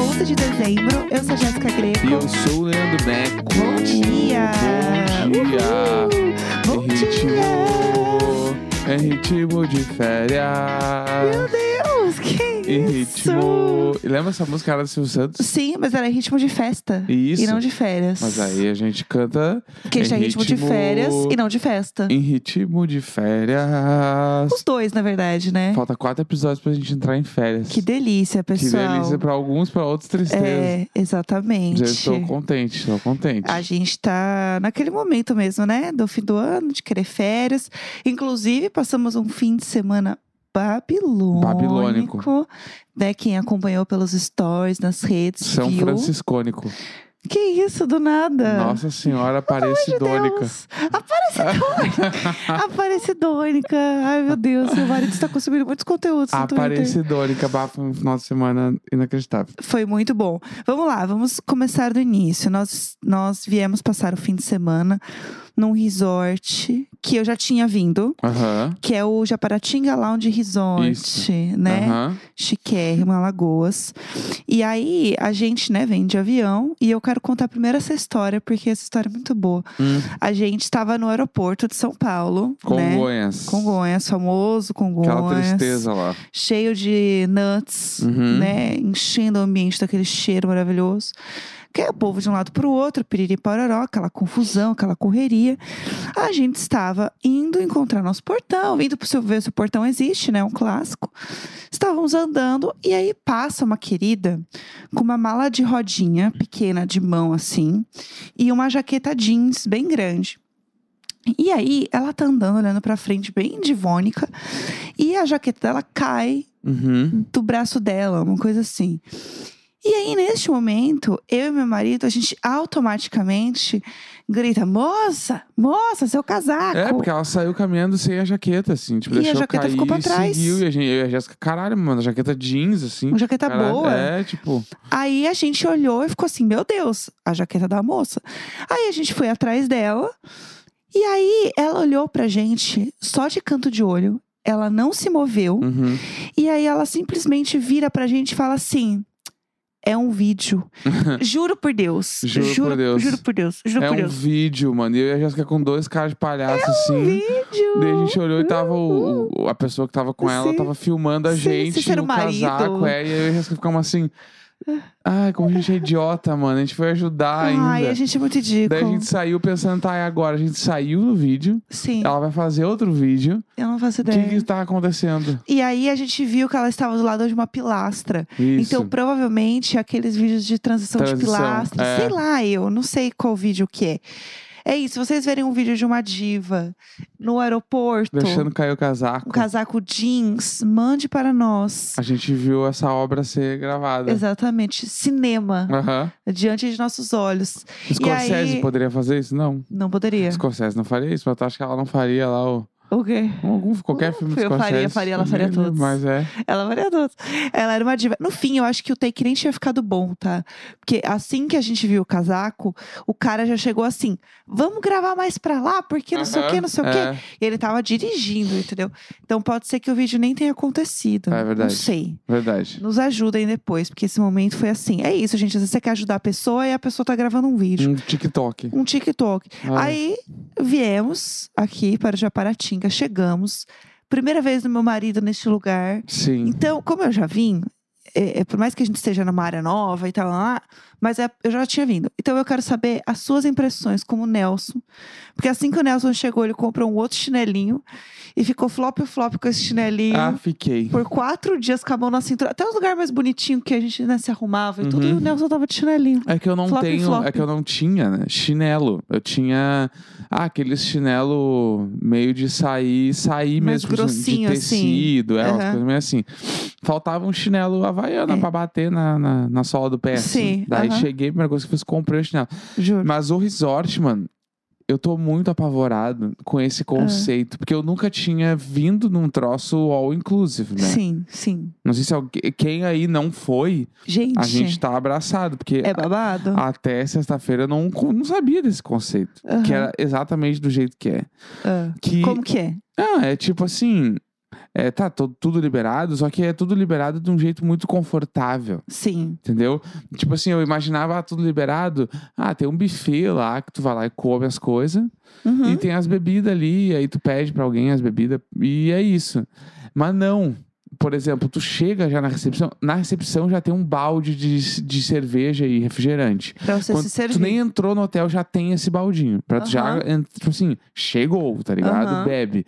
11 é de dezembro. Eu sou Jéssica Greco. E eu sou o Leandro Neco. Bom dia! Bom dia! Bom é dia! ritmo! É ritmo de Meu férias! Deus, que E isso? ritmo. Lembra essa música era do Silvio Santos? Sim, mas era ritmo de festa. Isso. E não de férias. Mas aí a gente canta Porque isso é em ritmo, de ritmo- férias e não de festa. em ritmo de férias. Os dois, na verdade, né? Falta quatro episódios pra gente entrar em férias. Que delícia, Que pessoal. delícia pra alguns, pra outros tristeza. É, exatamente. Já estou contente, estou contente. A gente tá naquele momento mesmo, né? Do fim do ano, de querer férias. Inclusive, passamos um fim de semana babilônico. Babilônico. Né? Quem acompanhou pelos stories, nas redes, São viu. Franciscônico. Que isso, do nada. Nossa Senhora Aparecidônica. Deus. Aparecidônica. Aparecidônica. Ai, meu Deus. Meu marido está consumindo muitos conteúdos no Twitter. Aparecidônica, bah, foi um final de semana inacreditável. Foi muito bom. Vamos lá, vamos começar do início. Nós, nós viemos passar o fim de semana num resort que eu já tinha vindo, Aham. que é o Japaratinga Lounge Resort, Isso. né? Aham. Chiquérrimo, Alagoas. E aí, a gente, né, vem de avião e eu quero contar primeiro essa história, porque essa história é muito boa. Hum, A gente estava no aeroporto de São Paulo, né? Congonhas. Congonhas, famoso Congonhas. Aquela tristeza lá. Cheio de nuts, Uhum. né? Enchendo o ambiente daquele cheiro maravilhoso. Que é o povo de um lado para o outro, piriri pororó, aquela confusão, aquela correria. A gente estava indo encontrar nosso portão, indo para ver se o portão existe, né? É Um clássico. Estávamos andando e aí passa uma querida com uma mala de rodinha, pequena, de mão assim, e uma jaqueta jeans bem grande. E aí ela tá andando, olhando pra frente, bem divônica, e a jaqueta dela cai Uhum. do braço dela, uma coisa assim. E aí, neste momento, eu e meu marido, a gente automaticamente grita: Moça, moça, seu casaco! É, porque ela saiu caminhando sem a jaqueta, assim. Tipo, Ah, E a deixou jaqueta cair ficou pra e trás. seguiu. E a gente, eu e a Jéssica, caralho, mano, a jaqueta jeans, assim. Uma jaqueta Caralho, boa. É, tipo, Aí a gente olhou e ficou assim: Meu Deus, a jaqueta da moça. Aí a gente foi atrás dela. E aí ela olhou pra gente só de canto de olho. Ela não se moveu. uhum. E aí ela simplesmente vira pra gente e fala assim: é um vídeo. juro por Deus. Juro por Deus. Juro por Deus. Juro é por um Deus. É um vídeo, mano. E eu e a Jéssica com dois caras de palhaço, assim. Vídeo. Daí a gente olhou e tava o, o- a pessoa que tava com ela Uhum. Sim. tava filmando a Sim, gente esse era no o marido. casaco, é, e aí eu e a Jéssica ficamos assim. Ai, como a gente é idiota, mano. A gente foi ajudar tá ainda. Ai, a gente é muito Daí a ridículo. gente saiu pensando, tá, e agora? A gente saiu no vídeo, Sim, ela vai fazer outro vídeo. eu não faço O que ideia. que tá acontecendo? E aí a gente viu que ela estava do lado de uma pilastra. Isso. Então, provavelmente, aqueles vídeos de transição, de Transição, pilastras, é. sei lá, eu não sei qual vídeo que é. É isso, vocês verem um vídeo de uma diva no aeroporto, Deixando cair o casaco. um casaco jeans, mande para nós. A gente viu essa obra ser gravada. Exatamente, cinema, Aham. diante de nossos olhos. Scorsese aí- É. poderia fazer isso? Não. Não poderia. Scorsese não faria isso, mas tu acha que ela não faria lá o. O quê? Algum, qualquer filme do eu Scorsese. faria, faria, ela faria todos. Mas é. Ela varia todos. Ela era uma diva. No fim, eu acho que o take nem tinha ficado bom, tá? Porque assim que a gente viu o casaco, o cara já chegou assim: vamos gravar mais pra lá, porque não sei o Aham, quê, não sei o quê. é. E ele tava dirigindo, entendeu? Então pode ser que o vídeo nem tenha acontecido. É verdade. Não sei. Verdade. Nos ajudem depois, porque esse momento foi assim. É isso, gente. Às vezes você quer ajudar a pessoa e a pessoa tá gravando um vídeo. Um TikTok. Um TikTok. Ah, Aí viemos aqui para Japaratinga, chegamos. Primeira vez do meu marido neste lugar. Sim. Então, como eu já vim, é, é, por mais que a gente esteja numa área nova e tal, lá, lá, mas é- eu já tinha vindo. Então, eu quero saber as suas impressões como Nelson. Porque assim que o Nelson chegou, ele comprou um outro chinelinho e ficou flop flop com esse chinelinho. Ah, fiquei. Por quatro dias com a mão na cintura. Até os lugares mais bonitinhos que a gente né, se arrumava e tudo, Uhum. e o Nelson tava de chinelinho. É que eu não Flop, tenho, flop. é que eu não tinha, né? Chinelo. Eu tinha ah, aqueles chinelo meio de sair, sair Mais mesmo tipo, grossinho, de assim. tecido, é, umas Aham. coisas meio assim. Faltava um chinelo havaiana É. pra bater na, na, na sola do pé. assim. Sim, Daí aham. cheguei, a primeira coisa que fiz, comprei o chinelo. Juro. Mas o resort, mano, eu tô muito apavorado com Ah. esse conceito, porque eu nunca tinha vindo num troço all inclusive, né? Sim, sim. Não sei se alguém, quem aí não foi, Gente, a gente tá abraçado, porque é babado? a- até sexta-feira eu não, con- não sabia desse conceito, Aham. que era exatamente do jeito que é. Ah. Que Como que é? ah, é tipo assim, é, tá to- tudo liberado, só que é tudo liberado de um jeito muito confortável, Sim. entendeu? Tipo assim, eu imaginava ah, tudo liberado. Ah, tem um buffet lá que tu vai lá e come as coisas. Uhum. E tem as bebidas ali, aí tu pede pra alguém as bebidas e é isso. Mas não. Por exemplo, tu chega já na recepção, na recepção já tem um balde de, de cerveja e refrigerante. Pra você Quando se servir. tu nem entrou no hotel, já tem esse baldinho. Pra tu já, Aham. en- tipo assim, chegou, tá ligado? Aham. Bebe.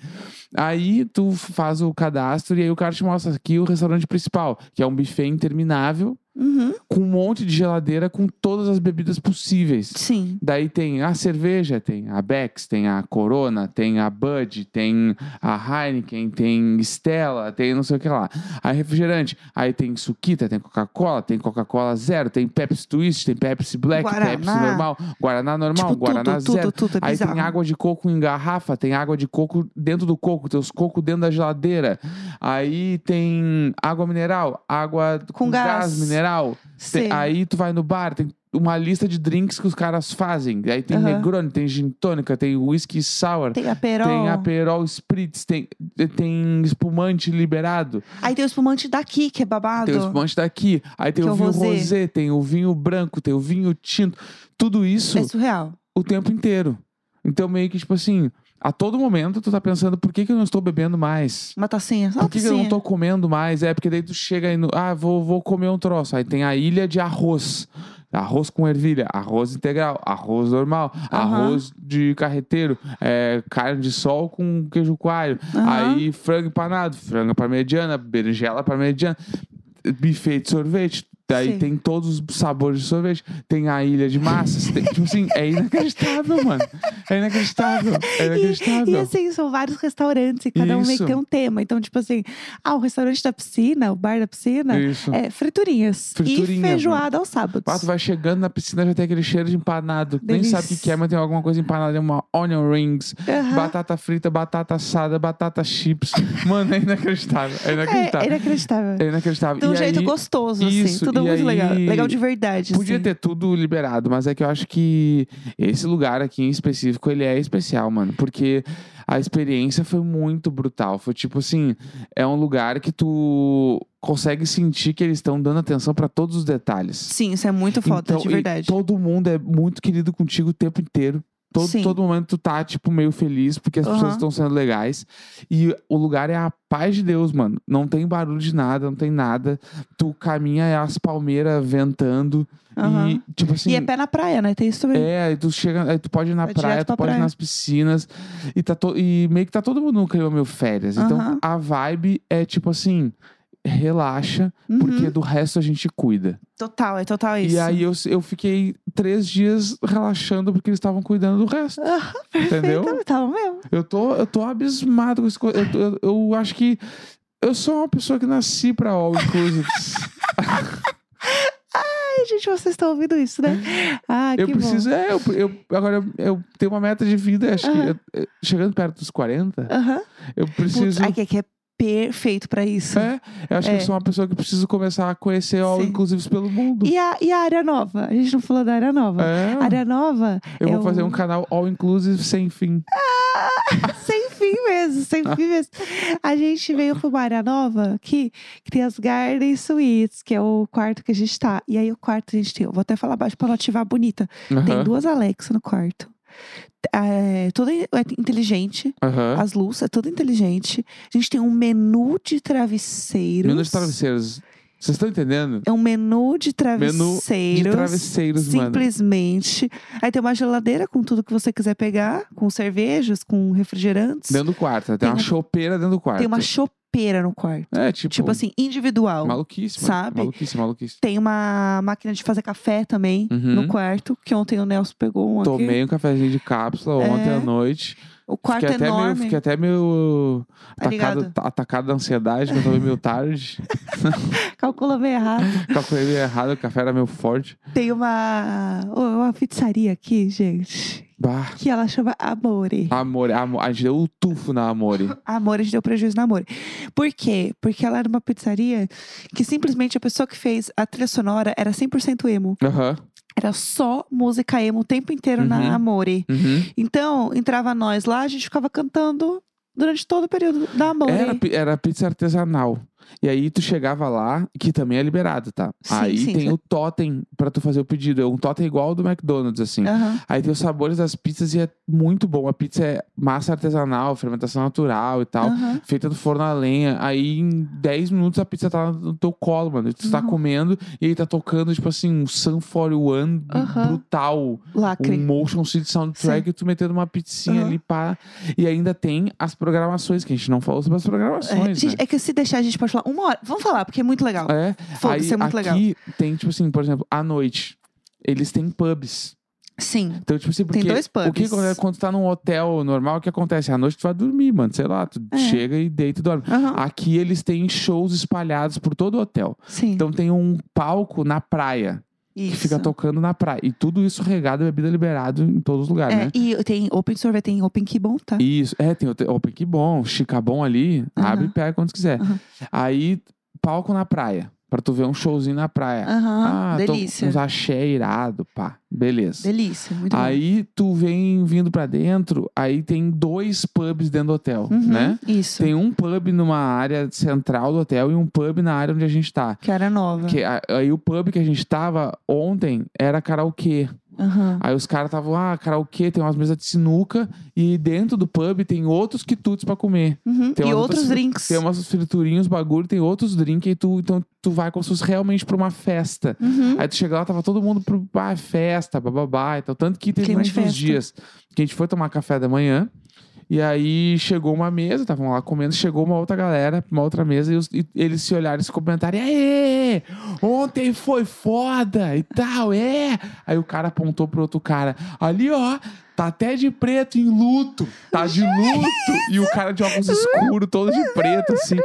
Aí tu faz o cadastro e aí o cara te mostra aqui o restaurante principal, que é um buffet interminável, Uhum. com um monte de geladeira com todas as bebidas possíveis. Sim. Daí tem a cerveja, tem a Bex, tem a Corona, tem a Bud, tem a Heineken, tem Stella, tem não sei o que lá. Aí refrigerante, aí tem suquita, tem Coca-Cola, tem Coca-Cola zero, tem Pepsi Twist, tem Pepsi Black, Guaraná. Pepsi normal, Guaraná normal, tipo, Guaraná tudo, zero. tudo, tudo. É Aí bizarro. tem água de coco em garrafa, tem água de coco dentro do coco, tem os cocos dentro da geladeira. Aí tem água mineral, água Com gás. mineral. Tem- Sim. aí tu vai no bar, tem uma lista de drinks que os caras fazem. Aí tem Aham. Negroni, tem gin tônica, tem whisky sour. Tem aperol. Tem Aperol Spritz, tem, tem espumante liberado, Aí tem o espumante daqui, que é babado. tem o espumante daqui, aí tem Que o é o vinho rosé. rosé, tem o vinho branco, tem o vinho tinto, tudo isso É surreal. o tempo inteiro. Então, meio que, tipo assim, a todo momento tu tá pensando, por que, que eu não estou bebendo mais? Uma tacinha. Só uma Por que, que eu não tacinha. tô comendo mais? É, porque daí tu chega aí no. Ah, vou, vou comer um troço. Aí tem a ilha de arroz. Arroz com ervilha, arroz integral, arroz normal, Aham. arroz de carreteiro, é, carne de sol com queijo coalho. Aham. Aí frango empanado, frango parmegiana, berinjela parmegiana, buffet de sorvete. Daí Sim. tem todos os sabores de sorvete. Tem a ilha de massas. tem- tipo assim, é inacreditável, mano. É inacreditável. É E, e inacreditável. assim, são vários restaurantes e cada um meio Isso. que tem um tema. Então, tipo assim, ah, o restaurante da piscina, o bar da piscina, Isso. é friturinhas. Friturinha, e feijoada aos sábados. Ah, tu vai chegando na piscina, já tem aquele cheiro de empanado. Nem Delícia. sabe o que que é, mas tem alguma coisa empanada. ali, Uma onion rings, Aham. batata frita, batata assada, batata chips. Mano, é inacreditável. É, É é inacreditável. inacreditável. É, inacreditável. De um E jeito aí, gostoso, assim. isso, Tudo e muito aí- legal. Legal de verdade. Podia assim. ter tudo liberado, mas é que eu acho que esse lugar aqui em específico, ele é especial, mano. Porque a experiência foi muito brutal. Foi tipo assim, é um lugar que tu consegue sentir que eles estão dando atenção pra todos os detalhes. Sim, isso é muito foda, Então, de e verdade. todo mundo é muito querido contigo o tempo inteiro. Todo, Sim. todo momento tu tá, tipo, meio feliz, porque as pessoas Aham. estão sendo legais. E o lugar é a paz de Deus, mano. Não tem barulho de nada, não tem nada. Tu caminha, é as palmeiras ventando. Aham. E, tipo assim. E é pé na praia, né? Tem isso também. É, aí tu chega, aí tu pode ir na Vai direto praia, tu pra pode ir praia. nas piscinas. E, tá to- e meio que tá todo mundo num clima meio férias. Então Aham. a vibe é tipo assim, relaxa, Uhum. É, porque do resto a gente cuida. Total, é total isso. E aí eu, eu fiquei três dias relaxando porque eles estavam cuidando do resto. Entendeu? Então, tava mesmo. Eu tô, eu tô abismado com isso. Eu, tô- eu, eu acho que eu sou uma pessoa que nasci pra all inclusives. Ai, gente, vocês estão ouvindo isso, né? Ah, eu que preciso. É, eu, eu- agora eu, eu tenho uma meta de vida. Acho que Aham. eu- eu- chegando perto dos 40, bom. Aham. eu preciso. Putz, ai, que que é perfeito pra isso. é, eu acho que É. eu sou uma pessoa que preciso começar a conhecer all Sim. inclusives pelo mundo. E a, e a área nova? A gente não falou da área nova. É, Área nova. eu é vou fazer o- um canal all inclusive sem fim. Sem fim mesmo, sem fim mesmo. A gente veio pra uma área nova que, que tem as Garden Suites, que é o quarto que a gente tá. E aí o quarto a gente tem, eu vou até falar baixo pra não ativar bonita. Tem Aham, duas Alexa no quarto. É, tudo é inteligente, aham. as luzes, é tudo inteligente. A gente tem um menu de travesseiros. Menu de travesseiros. Vocês estão entendendo? É um menu de Menu travesseiros. de travesseiros, mano. Simplesmente. Aí tem uma geladeira com tudo que você quiser pegar, com cervejas, com refrigerantes. Dentro do quarto. Tem, Tem uma um- chopeira dentro do quarto. Tem uma chopeira no quarto. É, tipo, Tipo assim, individual. maluquice, mano. sabe? Maluquice, maluquice. Tem uma máquina de fazer café também Uhum. no quarto, que ontem o Nelson pegou um aqui. Tomei um cafezinho de cápsula ontem É. à noite. O quarto fiquei, é até meio, enorme. fiquei até meio Tá ligado? atacado, atacado da ansiedade, que eu tomei meio tarde. Calcula bem errado. Calculei meio errado, o café era meio forte. Tem uma, uma pizzaria aqui, gente, Bah, que ela chama Amore. amor, amor. A gente deu o tufo na Amore. Amore, a gente deu prejuízo na Amore. Por quê? Porque ela era uma pizzaria que simplesmente a pessoa que fez a trilha sonora era 100% emo. Aham. Era só música emo o tempo inteiro Uhum. na Amore. Uhum. Então, entrava nós lá, a gente ficava cantando durante todo o período da Amore. Era, pi- era pizza artesanal. E aí tu chegava lá, que também é liberado, tá? Sim, aí sim, tem sim. o totem pra tu fazer o pedido. É um totem igual ao do McDonald's, assim. Aham. Aí tem os sabores das pizzas e é muito bom. A pizza é massa artesanal, fermentação natural e tal. aham. Feita do forno a lenha. Aí em 10 minutos a pizza tá no teu colo, mano. E Tu tá Não. comendo e aí tá tocando, tipo assim, um Sun 41 Aham. brutal. Lacre. Um motion city soundtrack e tu metendo uma pizzinha Aham. ali, pá. E ainda tem as programações, que a gente não falou sobre as É, programações, gente, né? é que se deixar, a gente pode falar uma hora. Vamos falar, porque é muito legal. É, aí Foda-se, é muito aqui legal. tem, tipo assim, por exemplo, à noite, eles têm pubs. Sim. Então, tipo assim, porque Tem dois pubs. o que acontece quando tu tá num hotel normal, o que acontece? À noite tu vai dormir, mano. Sei lá, tu É. chega e deita e dorme. Aham. Aqui eles têm shows espalhados por todo o hotel. Sim. Então tem um palco na praia, isso. que fica tocando na praia. E tudo isso regado e bebida liberado em todos os lugares, É, né? E tem Open Sorvete, tem Open que bom, tá? Isso, é, tem o open que bom, chica bom ali, Aham. abre e pega quando quiser. Aham. Aí, palco na praia, pra tu ver um showzinho na praia. Aham, Ah, tô com delícia. uns axé irado, pá. Beleza. Delícia, muito bom. Aí tu vem vindo pra dentro, aí tem dois pubs dentro do hotel, Uhum, né? Isso, Tem um pub numa área central do hotel e um pub na área onde a gente tá. que era nova. Que, a- aí o pub que a gente tava ontem era karaokê. Aham. Aí os caras estavam, ah, karaokê, tem umas mesas de sinuca e dentro do pub tem outros quitutes pra comer. Uhum, Tem E umas outros outras- drinks. Tem umas friturinhas, bagulho, tem outros drinks, e tu, então tu vai como se fosse realmente pra uma festa. Uhum. Aí tu chega lá, tava todo mundo pro ah, festa, bababá e tal. Tanto que teve Clima um de dos festa. dias que a gente foi tomar café da manhã. E aí chegou uma mesa, estavam lá comendo, chegou uma outra galera, uma outra mesa, e, os- e eles se olharam e se comentaram: "E Aê! Ontem foi foda e tal, é! Aí o cara apontou pro outro cara, ali ó, tá até de preto em luto, tá de luto, e o cara de óculos escuros, todo de preto, assim.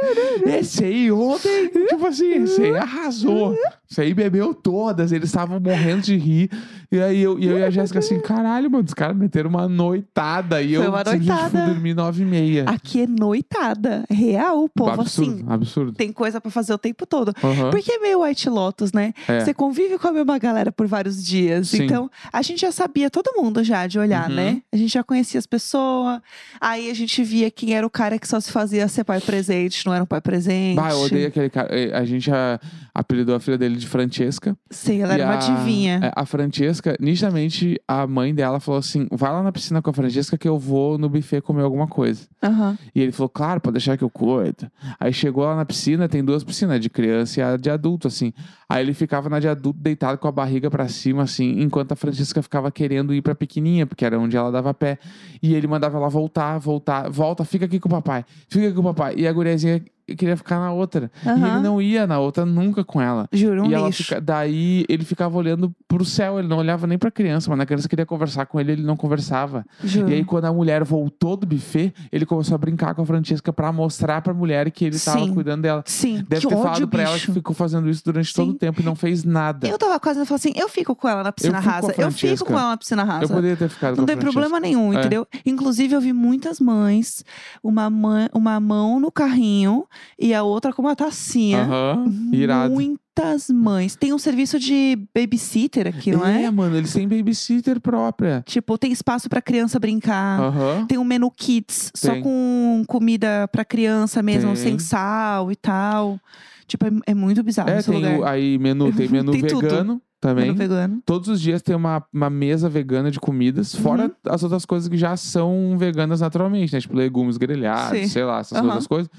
Esse aí ontem, tipo assim, esse aí arrasou. Isso aí bebeu todas, eles estavam morrendo de rir. E aí eu, e eu e a Jéssica assim, caralho, mano, os caras meteram uma noitada. E Foi eu uma simplesmente fui noitada. dormir nove e meia. Aqui é noitada, é real, o povo absurdo, assim. absurdo. Tem coisa pra fazer o tempo todo. Aham. Porque é meio White Lotus, né? É. Você convive com a mesma galera por vários dias. Sim. Então, a gente já sabia todo mundo já de olhar, Uhum. né? A gente já conhecia as pessoas. Aí a gente via quem era o cara que só se fazia ser pai presente, não era um pai presente. Bah, eu odeio aquele cara. Eh, A gente ah, apelidou a filha dele de Francesca. Sei, ela e era uma a, divinha. é, A Francesca, nitidamente, a mãe dela falou assim: vai lá na piscina com a Francesca que eu vou no buffet comer alguma coisa. Aham. E ele falou, claro, pode deixar que eu cuido. Aí chegou lá na piscina, tem duas piscinas, a de criança e a de adulto, assim. Aí ele ficava na de adulto deitado com a barriga pra cima, assim, enquanto a Francisca ficava querendo ir pra pequenininha, porque era onde ela dava pé. E ele mandava ela voltar, voltar, volta, fica aqui com o papai, fica aqui com o papai. E a guriazinha queria ficar na outra. E Aham. ele não ia na outra nunca com ela. Juro, um e ela lixo. fica- daí ele ficava olhando pro céu, ele não olhava nem pra criança, mas a criança queria conversar com ele, ele não conversava. Juro. E aí, quando a mulher voltou do buffet, ele começou a brincar com a Francesca pra mostrar pra mulher que ele tava Sim. cuidando dela. Sim, Deve que ter ódio, falado pra ela bicho. que ficou fazendo isso durante todo o Sim. tempo e não fez nada. Eu tava quase falando assim, eu fico com ela na piscina fico com a rasa. Eu fico Francesca. com ela na piscina Eu rasa. poderia ter ficado Não com a tem Francesca. problema nenhum, É. entendeu? Inclusive, eu vi muitas mães, uma, mã- uma mão no carrinho e a outra com uma tacinha. Uhum. Aham, irado. Muitas mães. Tem um serviço de babysitter aqui, não é? mano, eles têm babysitter própria. Tipo, tem espaço pra criança brincar. Aham. Tem um menu kids, só Tem. com comida pra criança mesmo, Tem. sem sal e tal. Tipo, é, é muito bizarro É, esse tem lugar. o- aí menu, tem menu Tem tudo. vegano também. Menu vegano. Todos os dias tem uma, uma mesa vegana de comidas, fora Uhum. as outras coisas que já são veganas naturalmente, né? Tipo legumes grelhados, Sim. sei lá, essas Aham. outras coisas.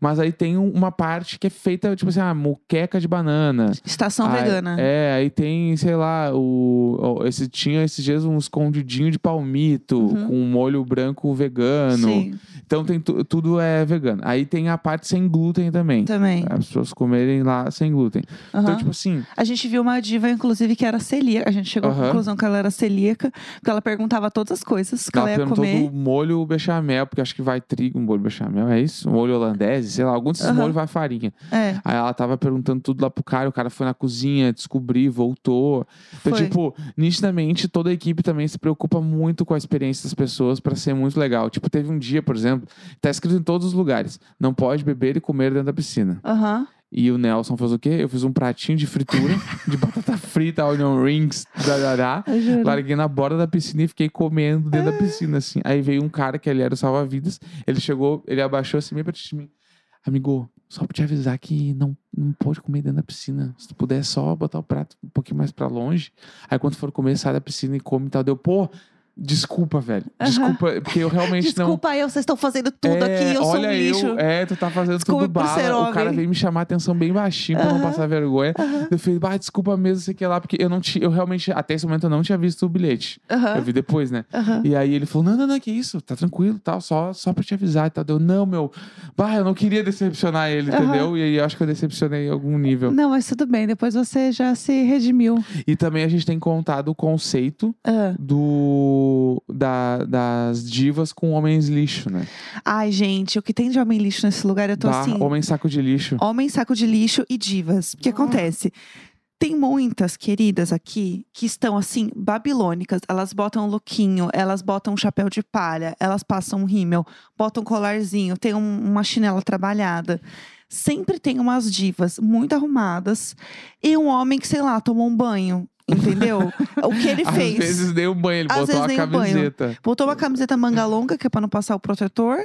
Mas aí tem um- uma parte que é feita, tipo assim, ah, moqueca de banana. Estação Aí- vegana. É, aí tem, sei lá, o, o- esse, tinha esses dias um escondidinho de palmito Uhum. com um molho branco vegano. Sim, Então tem tu- tudo é vegano. Aí tem a parte sem glúten também. também. As pessoas comerem lá sem glúten. Então, Aham. tipo assim, A gente viu uma diva, inclusive, que era celíaca. A gente chegou à Aham. conclusão que ela era celíaca, porque ela perguntava todas as coisas que Ela ela, ia perguntou comer. do molho bechamel, porque acho que vai trigo no molho bechamel, é isso? Molho holandês, sei lá, algum desses Aham. molhos vai farinha. É, Aí ela tava perguntando tudo lá pro cara, o cara foi na cozinha, descobri, voltou. Então, Foi. tipo, nitidamente, toda a equipe também se preocupa muito com a experiência das pessoas pra ser muito legal. Tipo, teve um dia, por exemplo, tá escrito em todos os lugares, não pode beber e comer dentro da piscina. aham. E o Nelson fez o quê? Eu fiz um pratinho de fritura, de batata frita, onion rings, darará. Eu juro. Ah. Larguei na borda da piscina e fiquei comendo dentro da piscina, assim. Aí veio um cara que ele era o salva-vidas. Ele chegou, ele abaixou assim, meio pra ti- mim. Amigo, só pra te avisar que não, não pode comer dentro da piscina. Se tu puder, é só botar o prato um pouquinho mais pra longe. Aí quando for comer, sai da piscina e come e tal. Deu, pô, desculpa, velho. Aham. Desculpa, porque eu realmente não... Desculpa eu, vocês estão fazendo tudo É, aqui, eu sou um olha lixo. Eu, é, tu tá fazendo Desculpa tudo por ser bala. O homem. cara veio me chamar a atenção bem baixinho pra não Aham. passar vergonha. Aham, Eu falei, ah, desculpa mesmo, sei que lá, porque eu não tinha, eu realmente, até esse momento eu não tinha visto o bilhete. aham, Eu vi depois, né? aham. E aí ele falou: não, não, não, que isso, tá tranquilo, tal, só, só pra te avisar e tal. Deu, não, meu, bah, eu não queria decepcionar ele, Aham. entendeu? E aí eu acho que eu decepcionei em algum nível. Não, mas tudo bem, depois você já se redimiu. E também a gente tem contado o conceito Ah. do da- das divas com homens lixo, né? Ai, gente, o que tem de homem lixo nesse lugar? Eu tô Bah, assim. Homem saco de lixo. Homem, saco de lixo e divas. O que acontece? Tem muitas queridas aqui que estão assim, babilônicas. Elas botam um lookinho, elas botam um chapéu de palha, elas passam um rímel, botam um colarzinho, tem um- uma chinela trabalhada. Sempre tem umas divas muito arrumadas e um homem que, sei lá, tomou um banho, entendeu? o que ele Às fez? vezes deu banho, ele Às botou vezes uma nem o banho. camiseta. Botou uma camiseta manga longa, que é pra não passar o protetor,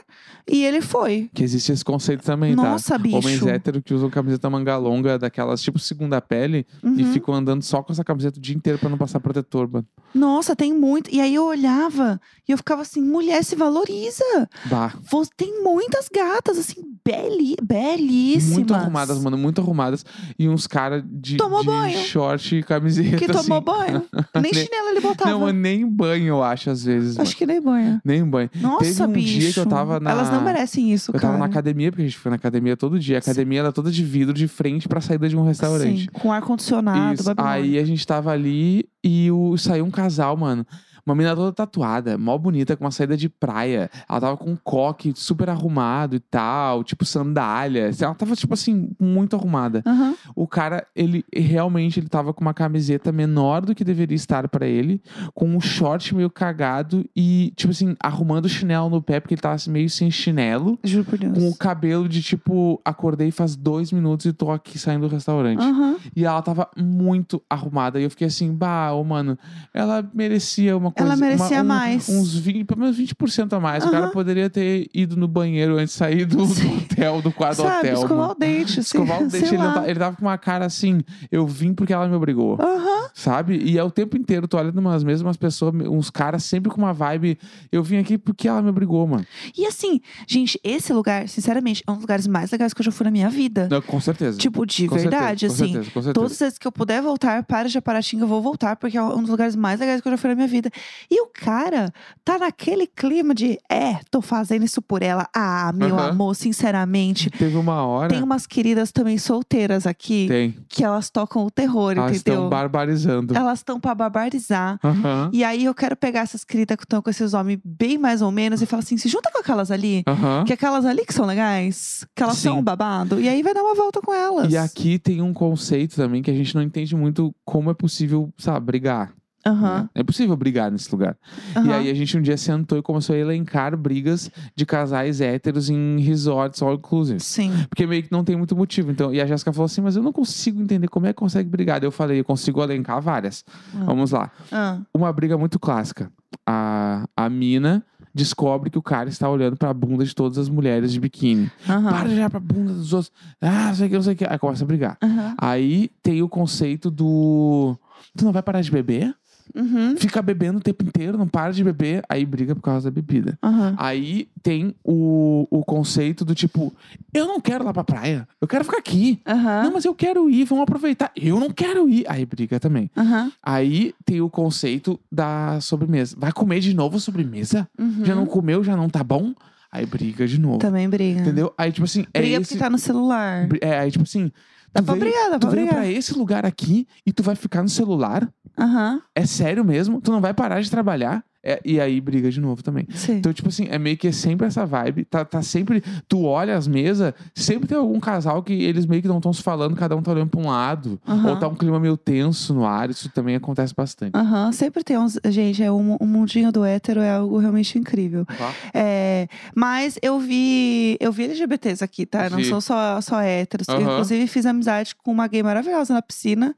e ele foi. Que existe esse conceito também, tá? Nossa, bicho. Homens héteros que usam camiseta manga longa, daquelas tipo segunda pele, e Uhum. ficam andando só com essa camiseta o dia inteiro pra não passar protetor, mano. Nossa, tem muito. E aí eu olhava e eu ficava assim, mulher se valoriza. Bah. Vo- Tem muitas gatas, assim, beli, belíssimas. Muito arrumadas, mano, muito arrumadas. E uns caras de, Tomou de banho. short e camiseta. Que tomou assim. banho. Nem Nem- chinelo ele botava. Não, mano, nem banho, eu acho, às vezes. mano. Acho que nem banho. Nem banho. Nossa, um bicho. dia que eu tava na- Elas não merecem isso, Eu cara. tava na academia, porque a gente foi na academia todo dia. A Sim. academia era toda de vidro de frente pra saída de um restaurante. Sim, com ar-condicionado, Isso. Babilônia. Aí a gente tava ali e o... saiu um casal, mano. Uma menina toda tatuada, mó bonita, com uma saída de praia. Ela tava com um coque super arrumado e tal, tipo sandália. Ela tava, tipo assim, muito arrumada. Aham. O cara, ele realmente ele tava com uma camiseta menor do que deveria estar pra ele, com um short meio cagado e, tipo assim, arrumando chinelo no pé, porque ele tava assim, meio sem chinelo, Juro por Deus. com o cabelo de tipo, acordei faz dois minutos e tô aqui saindo do restaurante. Aham. E ela tava muito arrumada. E eu fiquei assim, bah, ô, mano, ela merecia uma coisa. Ela merecia uma- um- mais. Uns 20, pelo menos 20% a mais. O cara Aham. poderia ter ido no banheiro antes de sair do, do Sim. hotel, do quarto do Sabe, hotel. escovar mano. o dente. assim, Escovar o dente, sei ele, não lá. tá- ele tava com uma cara assim, eu vim porque ela me obrigou. Aham. Sabe? E é o tempo inteiro, tu olhando umas mesmas pessoas, uns caras sempre com uma vibe. Eu vim aqui porque ela me obrigou, mano. E assim, gente, esse lugar, sinceramente, é um dos lugares mais legais que eu já fui na minha vida. Não, com certeza. Tipo, de com verdade, certeza, assim. Com certeza, com certeza. Todas as vezes que eu puder voltar para Japaratinga, eu vou voltar, porque é um dos lugares mais legais que eu já fui na minha vida. E o cara tá naquele clima de, é, tô fazendo isso por ela. Ah, meu Aham. amor, sinceramente. Teve uma hora. Tem umas queridas também solteiras aqui, Tem. que elas tocam o terror, Elas estão entendeu? É barbarizando. Elas estão pra barbarizar. Aham. E aí eu quero pegar essas queridas que estão com esses homens bem mais ou menos e falar assim: se junta com aquelas ali. Aham. Que aquelas ali que são legais, que elas são Sim. um babado, e aí vai dar uma volta com é elas. E aqui tem um conceito também que a gente não entende muito como é possível, sabe, brigar. Aham, né? É possível brigar nesse lugar. E aham. aí a gente um dia sentou e começou a elencar brigas de casais héteros em resorts all inclusive. Sim. Porque meio que não tem muito motivo. Então, e a Jéssica falou assim: Mas eu não consigo entender como é que consegue brigar. Daí Eu falei: Eu consigo elencar várias. Ah. Vamos lá. Ah, Uma briga muito clássica. A, a mina descobre que o cara está olhando pra bunda de todas as mulheres de biquíni. aham. Para de olhar pra bunda dos outros. Ah, não sei o que, não sei o que. Aí começa a brigar. Aham. Aí tem o conceito do. Tu não vai parar de beber? Uhum. Fica bebendo o tempo inteiro, não para de beber, aí briga por causa da bebida. Aham. Aí tem o, o conceito do tipo: eu não quero ir lá pra praia, eu quero ficar aqui. Não, Aham. mas eu quero ir, vamos aproveitar. Eu não quero ir. Aí briga também. Aham. Aí tem o conceito da sobremesa. Vai comer de novo a sobremesa? Uhum. Já não comeu, já não tá bom? Aí briga de novo. Também briga. Entendeu? Aí, tipo assim, Tá. é Briga esse. porque tá no celular. Tá É, aí, tipo assim. Dá tu pra veio- brigar, dá Tu pra veio brigar. pra esse lugar aqui e tu vai ficar no celular? Aham. É sério mesmo? Tu não vai parar de trabalhar? É, e aí briga de novo também. Sim. Então, tipo assim, é meio que sempre essa vibe. Tá, tá sempre. Tu olha as mesas, sempre tem algum casal que eles meio que não estão se falando, cada um tá olhando pra um lado. Aham. Ou tá um clima meio tenso no ar, isso também acontece bastante. Aham, sempre tem uns. Gente, é um, um mundinho do hétero é algo realmente incrível. Tá? É, mas eu vi. Eu vi LGBTs aqui, tá? Não Vi. sou só, só héteros. Eu, Aham. inclusive, fiz amizade com uma gay maravilhosa na piscina.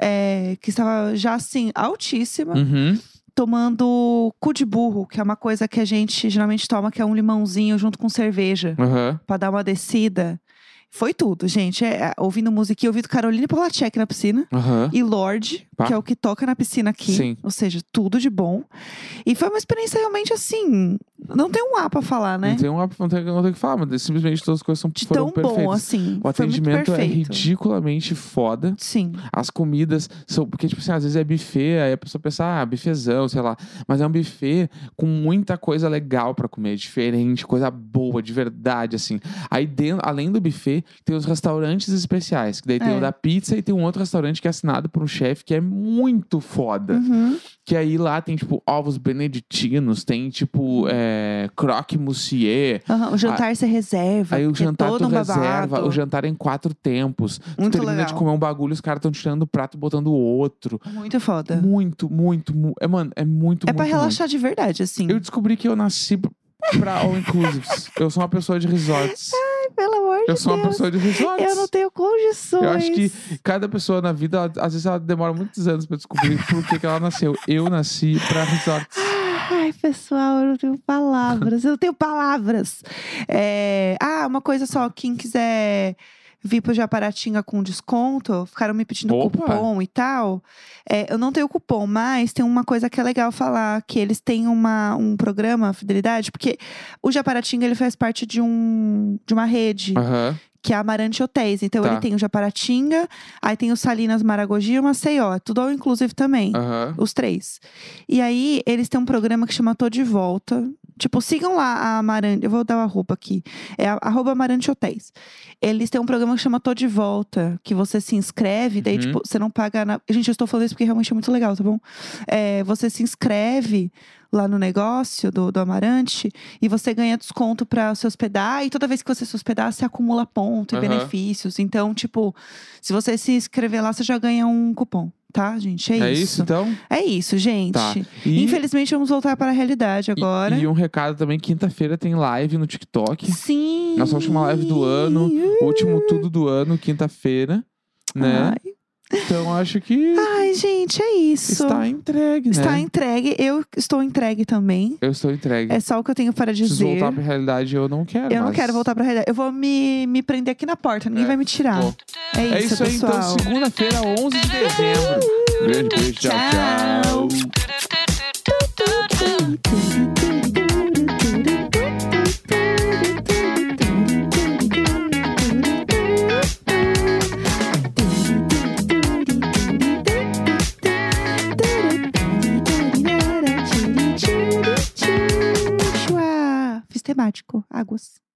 é, que estava já assim, altíssima, Uhum. tomando cu de burro, que é uma coisa que a gente geralmente toma, que é um limãozinho junto com cerveja, Aham. pra dar uma descida. Foi tudo, gente. É, ouvindo musiquinha, eu ouvindo Caroline Polacek na piscina Aham. e Lorde, Pá. que é o que toca na piscina aqui. Sim. Ou seja, tudo de bom. E foi uma experiência realmente assim. Não tem um A pra falar, né? Não tem, uma, não, tem, não tem o que falar, mas simplesmente todas as coisas são De Uhum. foram tão perfeitas. bom assim. O atendimento foi muito é perfeito. ridiculamente foda. Sim. As comidas são. Porque, tipo assim, às vezes é buffet, aí a pessoa pensa, ah, buffetzão, sei lá. Mas é um buffet com muita coisa legal pra comer, diferente, coisa boa, de verdade, assim. Aí, dentro, além do buffet, tem os restaurantes especiais, que daí tem É. o da pizza e tem um outro restaurante que é assinado por um chefe que é muito foda. Uhum. Que aí lá tem, tipo, ovos beneditinos, tem, tipo, é, croque moussier. Aham, O jantar você reserva. Ah, Aí o porque é jantar todo tu um reserva, babado. o jantar é em quatro tempos. tu Muito termina de legal. comer um bagulho, os caras estão tirando o prato e botando o outro. Muito foda. Muito, muito, mu- É, mano, é muito, é muito, pra muito. relaxar de verdade, assim. Eu descobri que eu nasci pra- pra all inclusives. eu sou uma pessoa de resorts. Pelo amor de Eu Deus. sou uma pessoa de resorts. Eu não tenho condições. Eu acho que cada pessoa na vida, ela- às vezes ela demora muitos anos pra descobrir por que, que ela nasceu. Eu nasci pra resorts. Ai, pessoal, eu não tenho palavras. eu não tenho palavras. É, Ah, uma coisa só. Quem quiser vir pro Japaratinga com desconto, ficaram me pedindo Opa! cupom e tal. É, eu não tenho cupom, mas tem uma coisa que é legal falar. Que eles têm uma, um programa, Fidelidade. Porque o Japaratinga, ele faz parte de, um, de uma rede. Aham. que é Amarante Hotéis. Então Tá. ele tem o Japaratinga, aí tem o Salinas Maragogi e o Maceió. É tudo all inclusive também. Aham. Os três. E aí, eles têm um programa que chama Tô de Volta. Tipo, sigam lá a Amarante. Eu vou dar o arroba aqui. É a- arroba Amarante Hotéis. Eles têm um programa que chama Tô de Volta, que você se inscreve, daí, Uhum. tipo, você não paga. Na... Gente, eu estou falando isso porque realmente é muito legal, tá bom? É, você se inscreve lá no negócio do, do Amarante e você ganha desconto pra se hospedar. E toda vez que você se hospedar, você acumula ponto e Aham. benefícios. Então, tipo, se você se inscrever lá, você já ganha um cupom. Tá, gente? É, É isso, então? é isso, gente. Tá. E- Infelizmente, vamos voltar para a realidade E- agora. E, um recado também, quinta-feira tem live no TikTok. Sim! Nossa última live do ano, Último tudo do ano, quinta-feira, né? Ai. Então acho que Ai, gente, é isso. está entregue, né? Está entregue. Eu estou entregue também. Eu estou entregue. É só o que eu tenho para Preciso dizer. voltar pra realidade, eu não quero. Eu não mas- quero voltar para a realidade. Eu vou me, me prender aqui na porta. Ninguém É, vai me tirar. bom. É É isso, isso aí, pessoal. então, segunda-feira, 11 de dezembro. Grande beijo, Tchau. tchau. tchau. Fiz temático, águas.